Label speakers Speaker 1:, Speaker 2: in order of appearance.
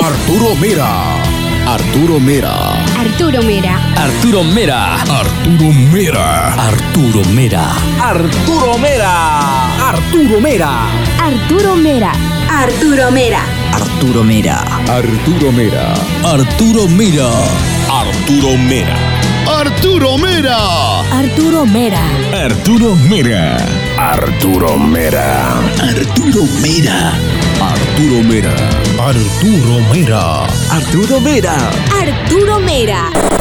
Speaker 1: Arturo Mera. Arturo Mera.
Speaker 2: Arturo Mera.
Speaker 3: Arturo Mera.
Speaker 1: Arturo Mera.
Speaker 3: Arturo Mera.
Speaker 4: Arturo Mera.
Speaker 3: Arturo Mera.
Speaker 2: Arturo Mera. Arturo Mera.
Speaker 3: Arturo Mera.
Speaker 1: Arturo Mera.
Speaker 3: Arturo Mera.
Speaker 1: Arturo Mera. Arturo Mera.
Speaker 2: Arturo Mera.
Speaker 1: Arturo Mera. Arturo Mera.
Speaker 3: Arturo Mera.
Speaker 1: Arturo Mera. Arturo Mera.
Speaker 3: Arturo Mera.
Speaker 2: Arturo Mera.